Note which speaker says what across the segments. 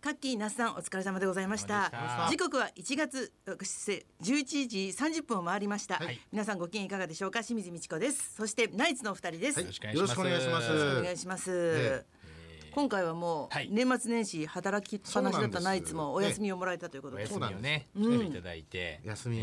Speaker 1: カッキー那須さんお疲れ様でございました
Speaker 2: お疲れ様でした
Speaker 1: 時刻は1月う失礼11時30分を回りました、
Speaker 2: はい
Speaker 1: 皆さんご機嫌いかがでしょうか清水美智子ですそしてナイツのお二人です、
Speaker 2: はい
Speaker 1: よ
Speaker 2: よろしくお願いします
Speaker 1: ろしくお願いします、
Speaker 2: え
Speaker 1: 今回はもう
Speaker 3: はい
Speaker 1: 年末年始働きっぱなしだったナイツも
Speaker 2: そ
Speaker 1: お
Speaker 2: うなんです
Speaker 1: 休みをもらえたということ
Speaker 3: お
Speaker 1: で
Speaker 3: 休みをね、
Speaker 1: そうなんです
Speaker 3: していただいて。
Speaker 2: 休み、
Speaker 3: え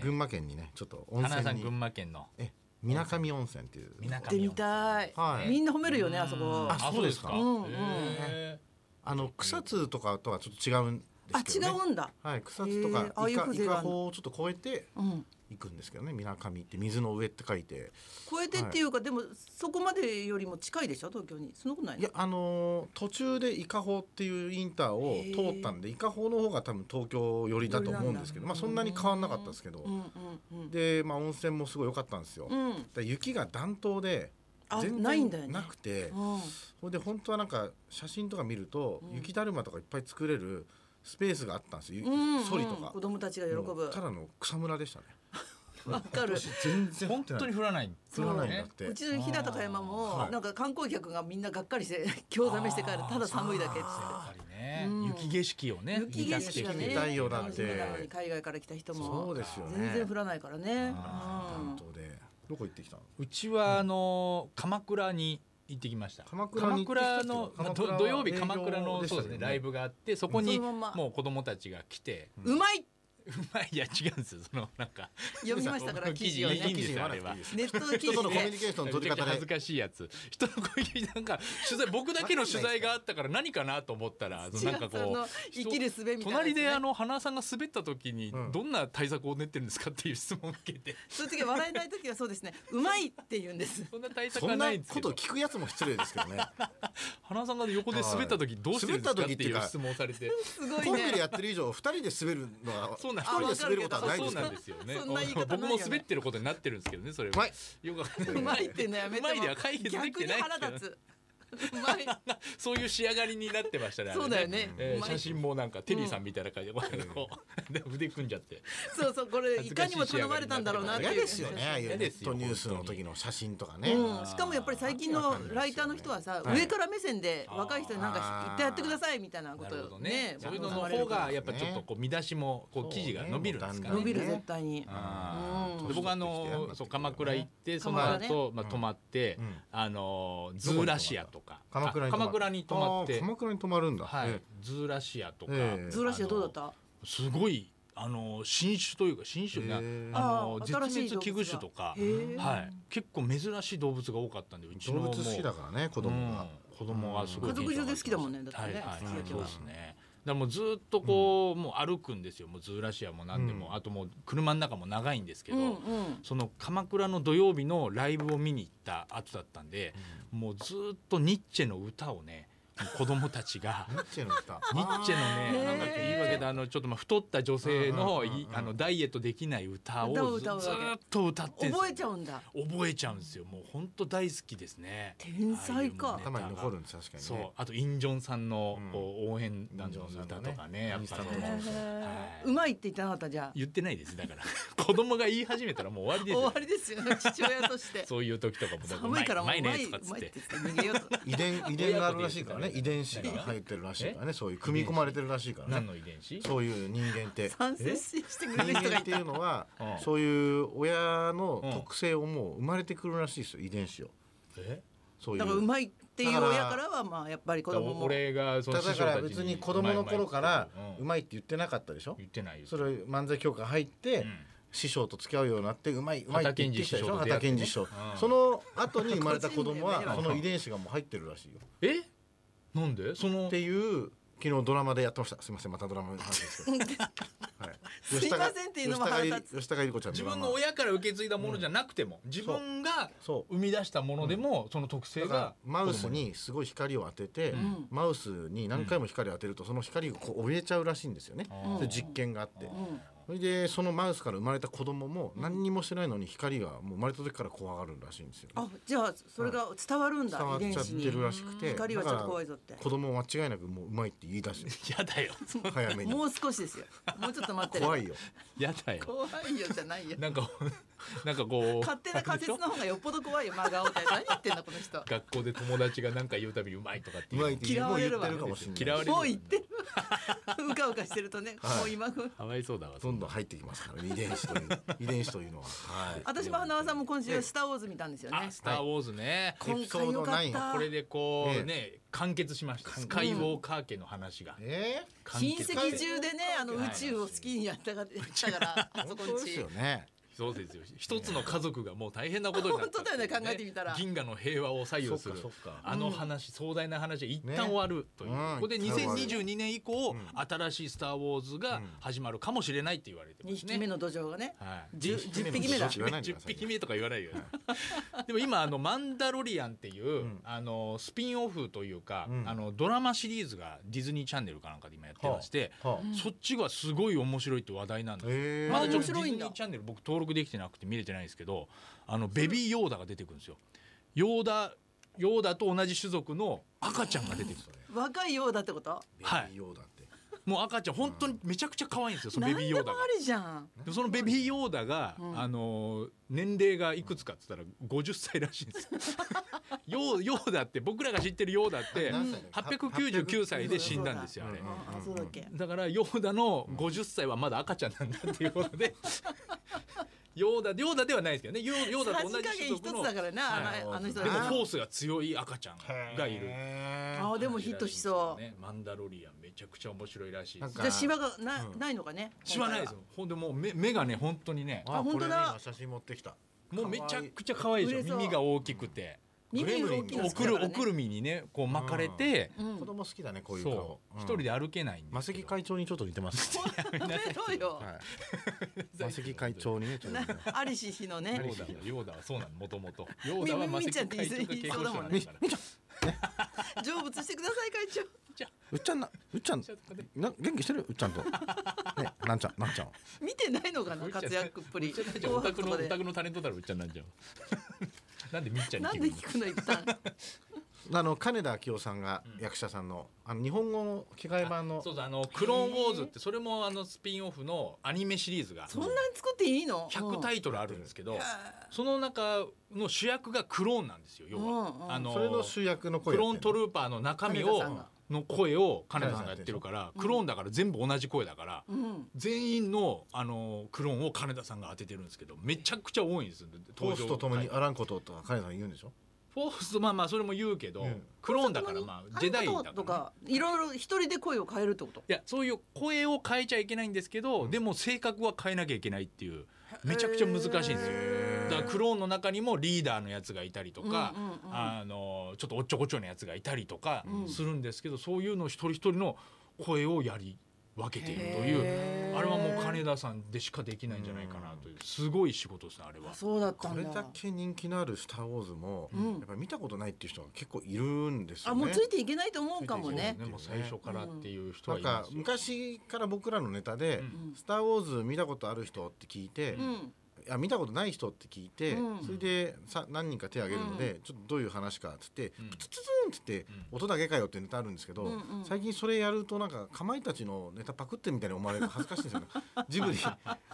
Speaker 3: え
Speaker 2: 群馬県にねちょっと温
Speaker 3: 花
Speaker 2: 泉
Speaker 3: さん
Speaker 2: に
Speaker 3: 群馬県の。
Speaker 2: え水上温泉っていう
Speaker 3: 水上
Speaker 1: 行ってみたい、
Speaker 2: はい
Speaker 1: みんな褒めるよねあそこ
Speaker 2: あそうですか
Speaker 1: うんうん
Speaker 3: へ
Speaker 2: あの草津とかとはちょっと違うんですけど、ね、
Speaker 1: あ違うんだ
Speaker 2: はい草津と
Speaker 1: へえああ
Speaker 2: か
Speaker 1: いう
Speaker 2: 伊香
Speaker 1: 風
Speaker 2: 伊
Speaker 1: 情があ
Speaker 2: 香
Speaker 1: る
Speaker 2: 保をちょっと越えて
Speaker 1: うん
Speaker 2: 行くんですけどね水上って水の上って書いて
Speaker 1: 超えてっていうか、でもそこまでよりも近いでしょ東京にそんなことないの
Speaker 2: いやあのー途中で伊香保っていうインターを通ったんで伊香保の方が多分東京寄りだと思うんですけど、まあ、そんなに変わんなかったんですけど、
Speaker 1: うんうんうん
Speaker 2: で、まあ、温泉もすごい良かったんですよ。
Speaker 1: うん
Speaker 2: だから雪が暖冬で
Speaker 1: あ
Speaker 2: 全
Speaker 1: ないんだよね
Speaker 2: 然なくて
Speaker 1: うん
Speaker 2: ほんで本当はなんか写真とか見ると
Speaker 1: うん
Speaker 2: 雪だるまとかいっぱい作れるスペースがあったんですよ、
Speaker 1: うんうん
Speaker 2: ソリとか
Speaker 1: 子供たちが喜
Speaker 2: もうた
Speaker 1: ぶ
Speaker 2: だの草むらでしたね
Speaker 1: わかる
Speaker 2: 私全
Speaker 3: え
Speaker 2: 然
Speaker 3: 本当に降らない。
Speaker 2: 降らないんだっ
Speaker 3: ね
Speaker 2: て
Speaker 1: うちの日高山も
Speaker 2: はい
Speaker 1: なんか観光客がみんながっかりして興ざめして帰るただ寒いだけっつ
Speaker 3: やっぱりね
Speaker 1: うん、
Speaker 3: 雪景色をね。
Speaker 1: って雪景色がね
Speaker 2: 見たいよだっ
Speaker 1: 楽し
Speaker 2: て
Speaker 1: みなのに海外から来た人
Speaker 2: そ
Speaker 1: も
Speaker 2: うですよね
Speaker 1: 全然降らないからね
Speaker 2: 暖冬でどこ行ってきたの
Speaker 3: うちはあの鎌倉に行ってきました。
Speaker 2: 鎌倉に行ってきたっていう
Speaker 3: 鎌倉
Speaker 2: か
Speaker 3: の
Speaker 2: 鎌倉は
Speaker 3: ど土曜日
Speaker 2: 営業
Speaker 3: 鎌倉の
Speaker 2: でし
Speaker 3: そ
Speaker 2: た
Speaker 3: う
Speaker 2: け
Speaker 3: ですね
Speaker 2: どね
Speaker 3: ライブがあってそこに
Speaker 1: そのまんま
Speaker 3: もう子供たちが来て。
Speaker 1: うんうまい
Speaker 3: ま あいや違うんですよそのなんか
Speaker 1: 読みましたから記 事を
Speaker 3: いいん
Speaker 1: ね
Speaker 3: で
Speaker 2: 記
Speaker 3: すよ
Speaker 2: 事言わな
Speaker 3: あれ
Speaker 2: く
Speaker 3: は
Speaker 2: て
Speaker 3: い
Speaker 2: いです
Speaker 1: ネットの記事
Speaker 2: 人とのコミ ュ
Speaker 1: で
Speaker 2: ニケーション
Speaker 3: め
Speaker 2: の
Speaker 3: ちゃ
Speaker 2: 取り
Speaker 3: くちゃ
Speaker 2: 方
Speaker 3: 恥ず
Speaker 2: で
Speaker 3: かしいやつ人の声聞いてなんか取材僕だけの取材があったから何かなと思ったら
Speaker 1: 違
Speaker 3: なんか
Speaker 1: うそ
Speaker 3: こう
Speaker 1: の生きる術みたいなやつね
Speaker 3: 隣であの花さんが滑った時に
Speaker 2: うん
Speaker 3: どんな対策を練ってるんですかっていう質問を受けて
Speaker 1: そういう時は笑えない時はそうですねうまいって言うんです
Speaker 3: そんな対策
Speaker 2: そ
Speaker 3: は
Speaker 2: んな
Speaker 3: ないんです
Speaker 2: こ
Speaker 3: け
Speaker 2: と
Speaker 3: ど
Speaker 2: 聞くやつも失礼ですけどね
Speaker 3: 花さんが横で滑った時どうしてるんですかっていう質問をされて
Speaker 1: すごい
Speaker 2: コンビで
Speaker 1: ね
Speaker 2: やってる以上二人で滑るのは
Speaker 3: そうなん
Speaker 2: 一人で滑ることは
Speaker 3: そ
Speaker 2: ないで
Speaker 3: う
Speaker 2: す
Speaker 3: な
Speaker 2: か
Speaker 3: ん
Speaker 2: ら
Speaker 3: ですよね
Speaker 1: そんな言い方ないよね
Speaker 3: 僕も滑ってることになってるんですけどねそれ
Speaker 2: うま
Speaker 3: はいよくわかんないう
Speaker 1: まいっていうのやめても
Speaker 3: うまいでは解決でき
Speaker 1: 逆
Speaker 3: て
Speaker 1: に
Speaker 3: ないですけどね
Speaker 1: 腹立つうまい
Speaker 3: そういう仕上がりになってましたねあれ
Speaker 1: そうだよね
Speaker 3: えー
Speaker 1: うまい
Speaker 3: 写真もなんかテリーさんみたいな感じでこうで腕組んじゃって
Speaker 1: そうそうこれい
Speaker 3: 恥ず
Speaker 1: か
Speaker 3: かしい
Speaker 1: にも頼まれたんだろうなっていう
Speaker 2: 嫌ですよねああいう
Speaker 3: 嫌
Speaker 2: ネ
Speaker 3: で
Speaker 2: ッ
Speaker 3: すよ
Speaker 2: トニュースの時の写真とかね、
Speaker 1: うん、しかもやっぱり最近のライターの人はさ、
Speaker 2: はい
Speaker 1: 上から目線で若い人になんか
Speaker 2: あー
Speaker 1: 言ってやってくださいみたいなこ
Speaker 3: な
Speaker 1: と
Speaker 3: るほ
Speaker 1: を
Speaker 3: ど
Speaker 1: ね
Speaker 3: ね。そういうのの方がやっぱちょっとこう見出しもこう記事が伸びるんですか
Speaker 2: そ
Speaker 1: 伸
Speaker 2: うね
Speaker 3: ね
Speaker 1: びる絶対に。
Speaker 3: あ
Speaker 1: うん
Speaker 3: ーで僕あのそう鎌倉行ってその後まあ泊まって
Speaker 2: うん
Speaker 3: あのズーラシアとか
Speaker 2: 鎌倉に泊ま
Speaker 3: あ鎌倉に泊まっ
Speaker 2: あー
Speaker 3: て
Speaker 2: 鎌倉に泊まるんだ、
Speaker 3: はい
Speaker 2: え
Speaker 3: ズーラシアとか
Speaker 2: ええ
Speaker 1: ズーラシアどうだった？
Speaker 3: すごいあの新種というか新種が
Speaker 2: へえ
Speaker 3: あ
Speaker 1: あ
Speaker 3: の
Speaker 1: ー
Speaker 3: 絶
Speaker 1: 新しい動物
Speaker 3: 滅
Speaker 1: が
Speaker 3: 危惧種とか
Speaker 1: へえ
Speaker 3: はい結構珍しい動物が多かったんでう
Speaker 2: え
Speaker 3: ち
Speaker 2: 動
Speaker 3: の
Speaker 2: 物
Speaker 3: もう
Speaker 2: 好きだからね子供が、
Speaker 3: うん子供はすごい
Speaker 1: 家族中で好きだもんねだって
Speaker 3: はい
Speaker 1: ね
Speaker 3: はい
Speaker 1: すき焼き
Speaker 3: そう
Speaker 1: は
Speaker 3: ですねだからもうずっとこう、もう歩くんですよもうズーラシアも何でも、
Speaker 2: うん
Speaker 3: あともう車の中も長いんですけ
Speaker 1: う
Speaker 3: ど、
Speaker 1: んうん。
Speaker 3: その鎌倉の土曜日のライブを見に行った後だったんで、もうずっとニッチェの歌をねもう子供たち が
Speaker 2: ニッチェの歌
Speaker 3: ニッチェの
Speaker 1: へー
Speaker 3: ねなんだっけ言い訳であのちょっとまあ太った女性の
Speaker 2: うんうんうん
Speaker 3: い
Speaker 2: うん
Speaker 3: あのダイエットできない歌
Speaker 1: 歌
Speaker 3: を
Speaker 1: を
Speaker 3: ずず
Speaker 1: 歌うわけ
Speaker 3: ーっと歌ってんですよ
Speaker 1: 覚えちゃうんだ。
Speaker 3: 覚えちゃうんですよもう本当大好きですね
Speaker 1: 天才か
Speaker 3: ああいうネタが
Speaker 2: 頭に残るんです確かにね
Speaker 3: そうあとインジョンさんの
Speaker 2: うん
Speaker 3: こう応援団の歌とかねやっぱり
Speaker 2: インジョン
Speaker 3: も
Speaker 2: さんのね
Speaker 1: へ
Speaker 3: う
Speaker 1: ー
Speaker 3: はいう
Speaker 1: まいって言ってなかったじゃあ。
Speaker 3: 言ってないですだから 子供が言い始めたらもう終わりです
Speaker 1: 終
Speaker 3: よ
Speaker 1: わりですよね父親として。
Speaker 3: そういう時とかもだ
Speaker 1: 寒いからもうう
Speaker 3: う
Speaker 1: ま
Speaker 3: ま
Speaker 1: い
Speaker 3: いうまいねと
Speaker 1: ま
Speaker 3: かっ
Speaker 1: い
Speaker 3: つ
Speaker 1: っ
Speaker 3: ってて
Speaker 1: 言って逃げようと。
Speaker 2: 遺伝遺伝があるらしいからね遺伝子が入ってるらしいからねそういう組み込まれてるらしいから
Speaker 3: 何
Speaker 2: ね
Speaker 3: の遺伝子
Speaker 2: そういう人 間って
Speaker 1: 賛成してく
Speaker 2: 人
Speaker 1: れる人
Speaker 2: 間
Speaker 1: が
Speaker 2: っ
Speaker 1: い
Speaker 2: て
Speaker 1: た
Speaker 2: い。うのは、
Speaker 3: うん
Speaker 2: そういう親の
Speaker 3: うん
Speaker 2: 特性をもう生まれてくるらしいですよ遺伝子を
Speaker 3: え
Speaker 2: そうい
Speaker 1: だからう
Speaker 2: う
Speaker 1: まいっていう親からはまあやっぱり子供も。
Speaker 3: 俺がその
Speaker 2: だ
Speaker 3: 師匠
Speaker 2: から
Speaker 3: たち
Speaker 2: 別に
Speaker 3: に
Speaker 2: 子供の頃から
Speaker 3: う
Speaker 2: う
Speaker 3: まい
Speaker 2: まいって言ってなかったでしょ
Speaker 3: 言ってないよ
Speaker 2: それ漫才協会入って、師匠と付き合うようになってうまいうまいって言ってきたでしょ
Speaker 3: 畑
Speaker 2: 畑
Speaker 3: 健
Speaker 2: 健
Speaker 3: 二師
Speaker 2: 二師
Speaker 3: 匠
Speaker 2: 匠
Speaker 3: と出会ってねうん
Speaker 2: その後に生まれた子供
Speaker 1: 個人名
Speaker 2: は
Speaker 1: は
Speaker 2: その遺伝子がもう入ってるらしいよ
Speaker 3: えなんでその
Speaker 2: っていう昨日ドラマでやってましたすみませんまたドラマの話ですけど、はい、
Speaker 1: すいませんっていうのも腹立つ
Speaker 2: 吉高吉高由里子ちゃん
Speaker 3: 自
Speaker 2: ドラ
Speaker 3: 分
Speaker 2: マ
Speaker 3: の親から受け継いだものじゃなくても自分が
Speaker 2: そう
Speaker 3: 生み出したものでもその特性
Speaker 2: だから
Speaker 3: が
Speaker 2: マウスにすごい光を当てて、
Speaker 1: ん
Speaker 2: マウスに何回も光を当てるとその光がこう怯えちゃうらしいんですよね、
Speaker 3: うん
Speaker 2: そういう実験があって、
Speaker 1: うん
Speaker 2: それでそのマウスから生まれた子供も何にもしてないのに光がもう生まれた時から怖がるらしいんですよ、ね、
Speaker 1: あじゃあそれが伝わるんだ
Speaker 2: 伝わ
Speaker 1: 遺
Speaker 2: っ
Speaker 1: 伝
Speaker 2: ちゃっ
Speaker 1: 子
Speaker 2: てる
Speaker 1: に。
Speaker 2: らしくて
Speaker 1: 光はちょっと怖いぞって
Speaker 2: だから子供は間違いなくもううまいって言い 出すよ
Speaker 3: や だよ
Speaker 2: 早めに
Speaker 1: もう少しですよ。もうちょっと待って。
Speaker 2: 怖い。よ
Speaker 3: やだよ
Speaker 1: 怖いよじゃないよ。
Speaker 3: なんかなんかこう
Speaker 1: 勝手な仮 説の方がよっぽど怖いよ真 顔で何言ってんだこの人
Speaker 3: 学校で友達が何か言うたびにうまいとかって
Speaker 2: う
Speaker 3: いう
Speaker 2: まいって言う
Speaker 1: 嫌われる
Speaker 2: も
Speaker 1: わ
Speaker 2: う言ってるかもしれない
Speaker 3: 嫌われる
Speaker 1: もう言ってるうかうかしてるとね、
Speaker 2: はい
Speaker 1: もう今頃
Speaker 3: かわいそうだわ
Speaker 2: どんどん入ってきますからね遺伝子と いう遺伝子というのははい
Speaker 1: 私も花輪さんも今週「スター・ウォーズ」見たんですよね
Speaker 3: あ、スター・ウォーズね、
Speaker 2: はい
Speaker 1: 今回よか
Speaker 2: エピソード
Speaker 1: った
Speaker 3: これでこ
Speaker 2: え
Speaker 3: う
Speaker 2: え
Speaker 3: ね完結しましたスカイウォーカー家の話が
Speaker 2: え
Speaker 3: 完
Speaker 1: 親
Speaker 3: 結
Speaker 1: 戚中でねあの
Speaker 3: はい
Speaker 1: 宇宙を好きにやったがったからあ
Speaker 2: ー、
Speaker 1: そ
Speaker 2: 本
Speaker 1: こん
Speaker 2: 当です
Speaker 1: ち
Speaker 2: よね
Speaker 3: そうですよ一つの家族がもう大変なことになったっていう
Speaker 1: 本当だよね考えてみたら
Speaker 3: 銀河の平和を左右する
Speaker 2: そっかそっか
Speaker 3: あの話壮大な話が一
Speaker 2: ね
Speaker 3: 旦終わるという、
Speaker 2: うん
Speaker 3: ここで
Speaker 2: 一旦終わる
Speaker 3: 2022年以降、
Speaker 2: うん
Speaker 3: 新しい「スター・ウォーズ」が始まるかもしれないって言われてま
Speaker 1: 2
Speaker 3: すね
Speaker 1: 匹目の土壌がね
Speaker 3: はい
Speaker 1: 10 10匹目だ
Speaker 2: 言わないで
Speaker 3: 10
Speaker 2: くださいね
Speaker 3: 匹目とか言わないよね、でも今あの「マンダロリアン」っていう、
Speaker 2: ん
Speaker 3: あのスピンオフというか、
Speaker 2: うん
Speaker 3: あのドラマシリーズがディズニーチャンネルかなんかで今やってまして、
Speaker 2: はあ
Speaker 3: そっちがすごい面白いって話題なんですよ、
Speaker 2: えー
Speaker 3: まだちょ
Speaker 1: 面
Speaker 3: っとデ
Speaker 1: 白
Speaker 3: ィ
Speaker 1: い
Speaker 3: ズ
Speaker 1: ん
Speaker 3: ニ
Speaker 1: だ
Speaker 3: ーチャンネル僕登録できてなくて見れてないんですけどあのベビーヨーダが出てくるんですよヨーダヨーダと同じ種族の赤ちゃんが出 てくる
Speaker 1: 若いようだってこと
Speaker 3: はい
Speaker 2: ベビーヨーダって
Speaker 3: もう赤ちゃん本当にめちゃくちゃ可愛いんですよその
Speaker 1: 何
Speaker 3: ベビー
Speaker 1: で
Speaker 3: ヨー
Speaker 1: も
Speaker 3: ダが
Speaker 1: あ。りじゃん
Speaker 3: でそのベビーヨーダが、
Speaker 1: ん
Speaker 3: あのー年齢がいくつかっつったら50歳らしいん ですよヨーヨーダって僕らが知ってるヨーダって
Speaker 2: 何歳だっけ
Speaker 3: 899歳で死んだんですよあれ
Speaker 2: うんうん
Speaker 1: ああそうだっけ
Speaker 3: だからヨーダの50歳はまだ赤ちゃんなんだっていうこ とでヨーダヨーダではないですけどねヨーヨーダ
Speaker 1: さ
Speaker 3: と
Speaker 1: じ
Speaker 3: 同じ
Speaker 1: 加
Speaker 3: 種
Speaker 1: 減一
Speaker 3: 族の
Speaker 1: つだからな
Speaker 3: は
Speaker 1: あ
Speaker 3: い
Speaker 1: のあの人
Speaker 3: でも
Speaker 1: は
Speaker 3: フォースが強い赤ちゃんがいる
Speaker 2: へー
Speaker 1: あでもヒットしそう
Speaker 3: うマンダロリアンめちゃくちゃ面白いらしいです
Speaker 2: なん
Speaker 1: じ
Speaker 2: か
Speaker 1: ゃあシワがな
Speaker 2: うん
Speaker 1: ないのかね
Speaker 3: 知らないですよほんでもう目目がね本当にね
Speaker 1: あ本当だ
Speaker 2: これね今写真持ってきた
Speaker 3: もうめちゃくちゃ可愛いで
Speaker 1: 売れ
Speaker 3: しょ
Speaker 1: そう
Speaker 3: 耳が大きくて、
Speaker 1: 今回は
Speaker 2: グ
Speaker 1: 耳
Speaker 2: レムリン
Speaker 1: 大き
Speaker 2: い
Speaker 1: い
Speaker 2: や
Speaker 1: の
Speaker 3: お
Speaker 1: 好き
Speaker 3: く
Speaker 1: だ
Speaker 3: る
Speaker 1: から
Speaker 3: おく
Speaker 1: ね
Speaker 3: るみにねこう巻かれて、
Speaker 1: うん
Speaker 2: 子供好きだねこういう
Speaker 3: そ
Speaker 2: 顔
Speaker 3: う一人で歩けないん
Speaker 2: マ
Speaker 3: です
Speaker 2: セ
Speaker 3: け
Speaker 2: キ
Speaker 3: ど、
Speaker 2: 会長にちょっと似てます
Speaker 1: やめ ろよ
Speaker 2: はいマセキ会長にねちょっと似てます
Speaker 1: なアリシ氏のね
Speaker 3: ヨーダヨーダはそうなのもと もとヨーダは
Speaker 1: み
Speaker 3: マセ
Speaker 1: みちゃ
Speaker 3: キ
Speaker 1: んって
Speaker 3: 会長が結婚したん
Speaker 1: 言
Speaker 3: だ
Speaker 1: い
Speaker 3: から
Speaker 1: 成仏してください会長
Speaker 2: うっちゃんなうっちゃんな元気してるうっちゃんとねなんちゃんなんちゃん
Speaker 1: 見てないのかな活躍っぷり紅
Speaker 3: オタ
Speaker 1: 白と
Speaker 3: クの
Speaker 1: か
Speaker 3: オ
Speaker 1: で
Speaker 3: タクのタレントだろうっちゃんなんじゃんなんでみっちゃんに
Speaker 1: なん
Speaker 3: 聞
Speaker 1: で
Speaker 3: くの
Speaker 1: 聞くの一旦
Speaker 2: あの金田明夫さんが役者さんのあの日本語の吹き替え版の
Speaker 3: そうそうあのクローンウォーズってそれもあのスピンオフのアニメシリーズが
Speaker 1: そんなに作っていい の
Speaker 3: 100タイトルあるんですけど、その中の主役がクローンなんですよ要は、
Speaker 1: うんうん
Speaker 3: あの
Speaker 2: それの主役の声
Speaker 3: ク
Speaker 2: やっ
Speaker 3: ロ
Speaker 2: て
Speaker 3: ーント
Speaker 2: んの
Speaker 3: ルーパーの中身
Speaker 1: 金田
Speaker 3: を
Speaker 1: さんが
Speaker 3: の声を金田さんがやってるからクローンだから全部同じ声だから、
Speaker 1: うんうん
Speaker 3: 全員のあのクローンを金田さんが当ててるんですけどめちゃくちゃ多いんですよ
Speaker 2: トースとともに
Speaker 3: はい
Speaker 2: あらんこととか金田さん言うんでしょ
Speaker 3: フォースとまあまあそれも言うけど、
Speaker 2: うん
Speaker 3: クローンだからまあジェダイだからね、
Speaker 1: とかいろいろ一人で声を変えるってこと
Speaker 3: いやそういう声を変えちゃいけないんですけど、でも性格は変えなきゃいけないっていうめちゃくちゃ難しいんですよ。
Speaker 2: へー
Speaker 3: だからクローンの中にもリーダーのやつがいたりとか、
Speaker 1: うんうんうん
Speaker 3: あのちょっとおっちょこちょいのやつがいたりとか
Speaker 1: うん
Speaker 3: するんですけど、そういうのを一人一人の声をやり分けているとい
Speaker 1: へ
Speaker 3: う
Speaker 1: ー
Speaker 3: あれはもう金田さんでしかできないんじゃないかなというすごい仕事ですねあれは
Speaker 1: あ。そうだった
Speaker 2: こ
Speaker 1: ん
Speaker 2: れ
Speaker 1: だ
Speaker 2: だけ人気のある「スター・ウォーズも」
Speaker 1: うん
Speaker 2: やっぱり見たことないっていう人が結構いるんです
Speaker 1: あ
Speaker 2: よ
Speaker 1: も
Speaker 2: ね。
Speaker 1: うついていけないと思うかも
Speaker 3: そうです
Speaker 1: ね
Speaker 3: ねもう最初からっていう人
Speaker 2: な
Speaker 3: はい
Speaker 2: ん
Speaker 3: ま
Speaker 2: か
Speaker 3: すよ。
Speaker 2: 昔から僕らのネタで
Speaker 3: うん
Speaker 2: 「スター・ウォーズ」見たことある人って聞いて、
Speaker 1: うん
Speaker 2: いや見たことない人って聞いて、
Speaker 1: うん
Speaker 2: それでさ何人か手を挙げるので、ちょっとどういう話かっつって、
Speaker 3: うん
Speaker 2: プツツツンっつって、
Speaker 3: う
Speaker 2: 音だけかよってネタあるんですけど、
Speaker 1: うんうん
Speaker 2: 最近それやるとなんかかまいたちのネタパクってるみたいに思われる恥ずかしいんですよねジブリ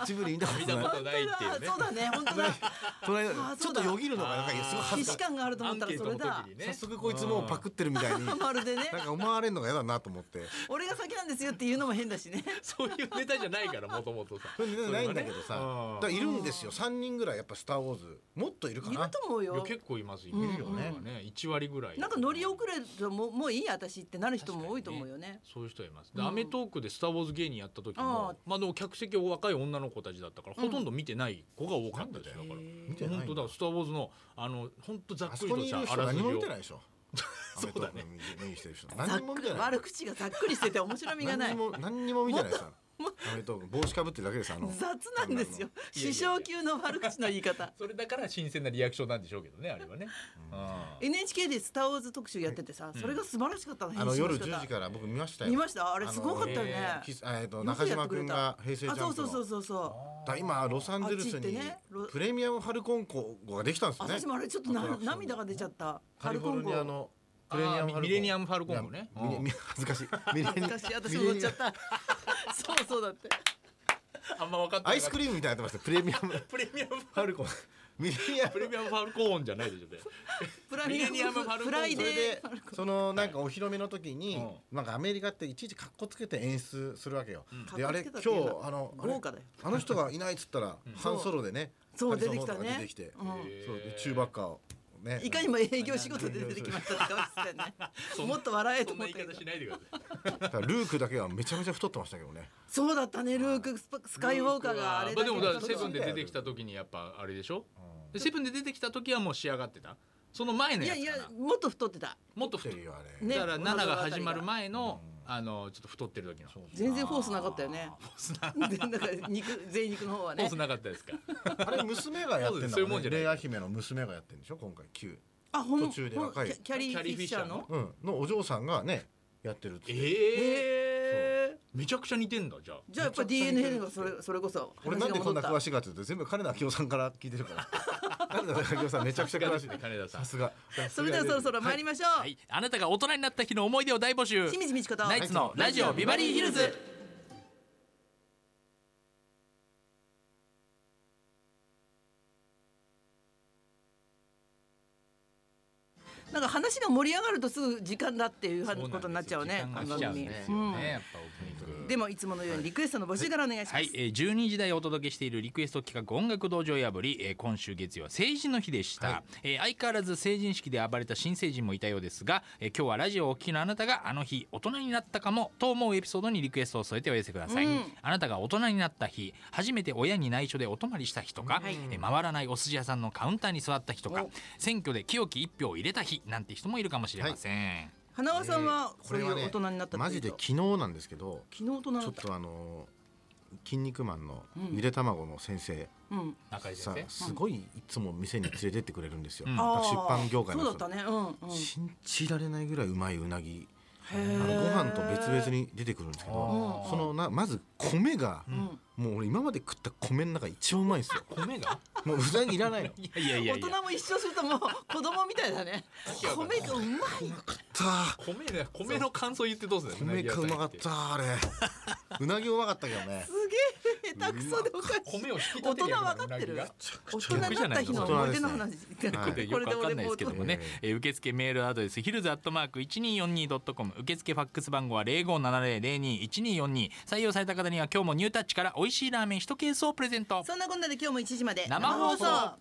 Speaker 2: ジブリ見たこと
Speaker 3: 見
Speaker 2: な
Speaker 3: た
Speaker 2: い
Speaker 3: ことないっていうね
Speaker 1: 本当だそうだね本当だ
Speaker 2: 隣の
Speaker 1: あー
Speaker 2: ちょ
Speaker 1: そ
Speaker 2: っ
Speaker 1: う
Speaker 2: と
Speaker 1: だ
Speaker 2: よぎるのがなんかすごい
Speaker 3: あー
Speaker 2: 恥
Speaker 1: 既
Speaker 2: ず
Speaker 1: 視
Speaker 2: かし
Speaker 1: 感があると
Speaker 3: ア
Speaker 1: 思っ
Speaker 3: ン
Speaker 1: た
Speaker 3: ケ
Speaker 1: らそ
Speaker 3: ート
Speaker 1: れ
Speaker 3: の
Speaker 1: だ
Speaker 3: 時に
Speaker 2: い
Speaker 3: ね
Speaker 2: 早速こいつもうパクってるみ たいになんか
Speaker 1: まるでね
Speaker 2: 思われるのが嫌だなと思って
Speaker 1: 俺が先なんですよっていうのも変だしね
Speaker 3: そういうネタじゃないからもともとさ。
Speaker 2: それネタないんだけど
Speaker 3: それはね
Speaker 2: さだからいるんですよ3人ぐらいやっぱ「スター・ウォーズ」もっといるか
Speaker 1: い
Speaker 2: な
Speaker 1: ると思う
Speaker 3: いや
Speaker 1: よ
Speaker 3: 結構いますい
Speaker 1: うん
Speaker 3: るよね,、ね1割ぐらい
Speaker 1: なんか乗り遅れるともうもういいや私ってなる人も多いと思うよね
Speaker 3: そういう人います。
Speaker 1: う
Speaker 3: で、
Speaker 1: ん
Speaker 3: アメトーークでスターウォーズ芸人やった時
Speaker 1: あ
Speaker 3: も
Speaker 1: あ、
Speaker 3: まあでも客席は若い女の子たちだったから、
Speaker 1: うん
Speaker 3: ほとんど見てない子が多かったですよ。だから。
Speaker 2: 見てない
Speaker 3: 本当だ、スターウォーズの、あの、本当ざっ
Speaker 2: あ
Speaker 3: く
Speaker 2: そ
Speaker 3: り
Speaker 2: ことにい
Speaker 3: した
Speaker 2: る人
Speaker 3: あらす
Speaker 2: 何
Speaker 3: じ
Speaker 2: も
Speaker 3: を
Speaker 2: 見てないでしょ。
Speaker 3: そうだね
Speaker 2: アメトーークの見てる人
Speaker 1: ざ
Speaker 2: 何
Speaker 1: っ
Speaker 2: にも
Speaker 1: く
Speaker 2: 見て
Speaker 1: り
Speaker 2: ない
Speaker 1: 悪。口がざっくりしてて面白みがない
Speaker 2: 何にも何にも見てないさ。アメトーーク帽子かぶってるだけですあの。
Speaker 1: 雑なんですよ
Speaker 3: いやいやいや
Speaker 1: 師匠級の悪口の言い方
Speaker 3: それだから新鮮なリアクションなんでしょうけどね、あれはね。ああ
Speaker 1: NHK で「スター・ウォーズ」特集やっててさそれが素晴らしかったの
Speaker 2: あの夜
Speaker 1: 編集の仕方
Speaker 2: 10時から僕見ましたよ。
Speaker 1: 見ましたあれすごかったよ
Speaker 3: あ
Speaker 1: ね
Speaker 2: キスえっと
Speaker 1: よ
Speaker 2: 中
Speaker 1: くやっ
Speaker 2: 島
Speaker 1: てく
Speaker 2: 君
Speaker 1: れた
Speaker 2: が平成ジャンプの。
Speaker 1: あそうそうそうそう
Speaker 2: だ今ロサンゼルス
Speaker 1: あっち行って
Speaker 2: に
Speaker 1: ねロ
Speaker 2: プレミアムファルコン号ができたんですよね。
Speaker 1: 私もあれちょっと
Speaker 2: アトラ
Speaker 1: な
Speaker 2: クション
Speaker 1: 涙が出ちゃった
Speaker 2: カリフォルニアのプレミアム
Speaker 3: あー
Speaker 2: ファルコン
Speaker 3: ミレニアムファルコン号ね
Speaker 2: いやミレミ恥ず かしい。ミレニ
Speaker 1: 私私も乗っちゃ ったそうそうだって
Speaker 3: あんま分かってなかった
Speaker 2: アイスクリームみたいになってました。プレミアム
Speaker 3: プレミアム。
Speaker 2: ファルコン。ミレニア
Speaker 3: プレミアムファルコーンじゃないでしょ で
Speaker 1: プラミ
Speaker 3: ミレニアムファルコン
Speaker 1: フライ
Speaker 2: それ
Speaker 1: デ
Speaker 2: で
Speaker 1: ーファルコン
Speaker 2: そのなんかお披露目の時に、
Speaker 3: うん
Speaker 2: なんかアメリカっていちいち格好つけて演出するわけよ、
Speaker 3: ん
Speaker 2: であれ
Speaker 1: かっ
Speaker 2: 今日
Speaker 1: こつけたっていうか
Speaker 2: あのあれ
Speaker 1: 豪華だよ
Speaker 2: あの人がいないっつったら、半ソロでね
Speaker 1: そう
Speaker 2: ハリ
Speaker 1: 出
Speaker 2: ソン
Speaker 1: てきた
Speaker 2: フォードが
Speaker 1: ね
Speaker 2: 出てきて、
Speaker 1: うん
Speaker 2: そうでチューバッカーをね
Speaker 1: いかにも営業仕事で出てきましたって顔してたよねもっと笑えと
Speaker 3: そん
Speaker 1: 思っ
Speaker 3: な言い
Speaker 1: たけど
Speaker 3: 方しないでください
Speaker 2: だからルークだけはめちゃめちゃ太ってましたけどね
Speaker 1: そうだったねルークスパスカイウォーカーがあれ
Speaker 3: ま
Speaker 1: だけ
Speaker 3: あでもだからセブン
Speaker 2: で
Speaker 3: で出てきた時にやっぱあれでしょ、でセブンで出てきた時はもう仕上がってたその前の
Speaker 1: い
Speaker 3: や
Speaker 1: や
Speaker 3: つかない
Speaker 1: やもっと太ってた
Speaker 3: もっと
Speaker 2: 太
Speaker 3: 太
Speaker 2: ってるよあれ、
Speaker 1: ね
Speaker 3: だから7が始まる前の、あのちょっと太ってる時の
Speaker 2: そう
Speaker 1: 全然フォースなかったよね
Speaker 3: あーフォースな
Speaker 1: で なんか肉贅肉の方は
Speaker 3: フォー
Speaker 1: ね
Speaker 3: スなかったですか
Speaker 2: あれ娘がやって
Speaker 3: そう
Speaker 2: んだ
Speaker 3: ですそういうも
Speaker 2: も
Speaker 3: ん
Speaker 2: ん
Speaker 3: じゃない
Speaker 2: ねレイア姫の娘がやってんでしょ今回9、
Speaker 1: あほん
Speaker 2: 途中で若い
Speaker 1: ほんキャリー・フィッシャーの
Speaker 2: うん、のお嬢さんがねやってるっつって
Speaker 3: ええー、めちゃくちゃ似てんだじゃあ
Speaker 1: じゃあやっぱ DNA がそれそれこそ
Speaker 2: 俺なんでこんな詳
Speaker 1: い
Speaker 2: しいかっていうと全部金田明夫さんから聞いてるから 金田明夫さんめちゃくちゃ詳しいね
Speaker 3: 金田さん
Speaker 2: さすが
Speaker 1: それではそろそろ参りましょう、
Speaker 3: はいあなたが大人になった日の思い出を大募集
Speaker 1: 清水美智子と
Speaker 3: ナイツのラジオビバリーヒルズ
Speaker 1: なんか話が盛り上がるとすぐ時間だっていう
Speaker 3: そうなんですよ
Speaker 1: ことになっちゃうね
Speaker 3: 時間
Speaker 1: こ
Speaker 3: が
Speaker 1: の
Speaker 3: 来ちゃ
Speaker 1: 番
Speaker 3: うん
Speaker 1: 組
Speaker 3: ですよね、やっぱオープニン
Speaker 1: うん
Speaker 3: グ
Speaker 1: でもいつものようにリクエストの募集からお願いします、
Speaker 3: はい、えー、12時台お届けしているリクエスト企画音楽道場破り、えー今週月曜は成人の日でした、えー相変わらず成人式で暴れた新成人もいたようですが、えー今日はラジオをお聞きのあなたがあの日大人になったかもと思うエピソードにリクエストを添えてお寄せください、
Speaker 1: うん
Speaker 3: あなたが大人になった日初めて親に内緒でお泊まりした日とか、
Speaker 1: はい
Speaker 3: えー回らないお寿司屋さんのカウンターに座った日とか
Speaker 1: お
Speaker 3: 選挙で清き一票を入れた日なんて人もいるかもしれません、
Speaker 1: 花輪さんは
Speaker 2: こ
Speaker 1: そう
Speaker 2: れ
Speaker 1: い
Speaker 2: は
Speaker 1: う
Speaker 2: ね
Speaker 1: 大人になった
Speaker 2: マ
Speaker 1: ってい
Speaker 2: ジ
Speaker 1: う
Speaker 2: で
Speaker 1: と
Speaker 2: 昨日なんですけど
Speaker 1: 昨日大人だ
Speaker 2: ちょ
Speaker 1: っ
Speaker 2: ったとあの筋肉マンのゆで卵の先生
Speaker 1: うん
Speaker 3: 中井
Speaker 2: さ
Speaker 3: 先生
Speaker 2: んすごいいつも店に連れてってくれるんですよ
Speaker 3: うん
Speaker 2: だから
Speaker 1: ー
Speaker 2: 出版業界の
Speaker 1: そう
Speaker 2: 人
Speaker 1: だったねうんうん
Speaker 2: 信じられないぐらいうまいうなぎ
Speaker 1: へ
Speaker 2: あ
Speaker 1: ー
Speaker 2: のご飯と別々に出てくるんですけど
Speaker 3: あー
Speaker 2: そのなまず米が
Speaker 1: ん
Speaker 2: もう俺今まで食った米の中で一番うまい んですよ
Speaker 3: 米が
Speaker 2: もううなぎいらないの
Speaker 3: いやいやいや
Speaker 1: 大
Speaker 3: いや
Speaker 1: 人も一緒するともう子供みたいだね米がうまい
Speaker 2: た
Speaker 3: 米ね米の感想言ってどうするんだ
Speaker 2: 米
Speaker 3: よ
Speaker 2: かうまかったあれうなぎうまかったけどね
Speaker 1: すげえ下手くそでおかしい
Speaker 3: 米を引き立て
Speaker 1: 大人
Speaker 3: るような
Speaker 1: 分かって
Speaker 3: う
Speaker 1: る
Speaker 3: なぎが
Speaker 1: 大人になった日の思い出の話
Speaker 2: 大
Speaker 3: こ
Speaker 2: 人
Speaker 3: れ
Speaker 2: ですね
Speaker 3: よくわかんないですけどもね
Speaker 2: これで俺冒頭、
Speaker 3: えー受付メールアドレスヒルズアットマーク一二四二ドットコム、受付ファックス番号は零五七零零二一二四二。採用された方には今日もニュータッチから美味しいラーメン一ケースをプレゼント。
Speaker 1: そんなこんなで今日も1時まで
Speaker 3: 生放送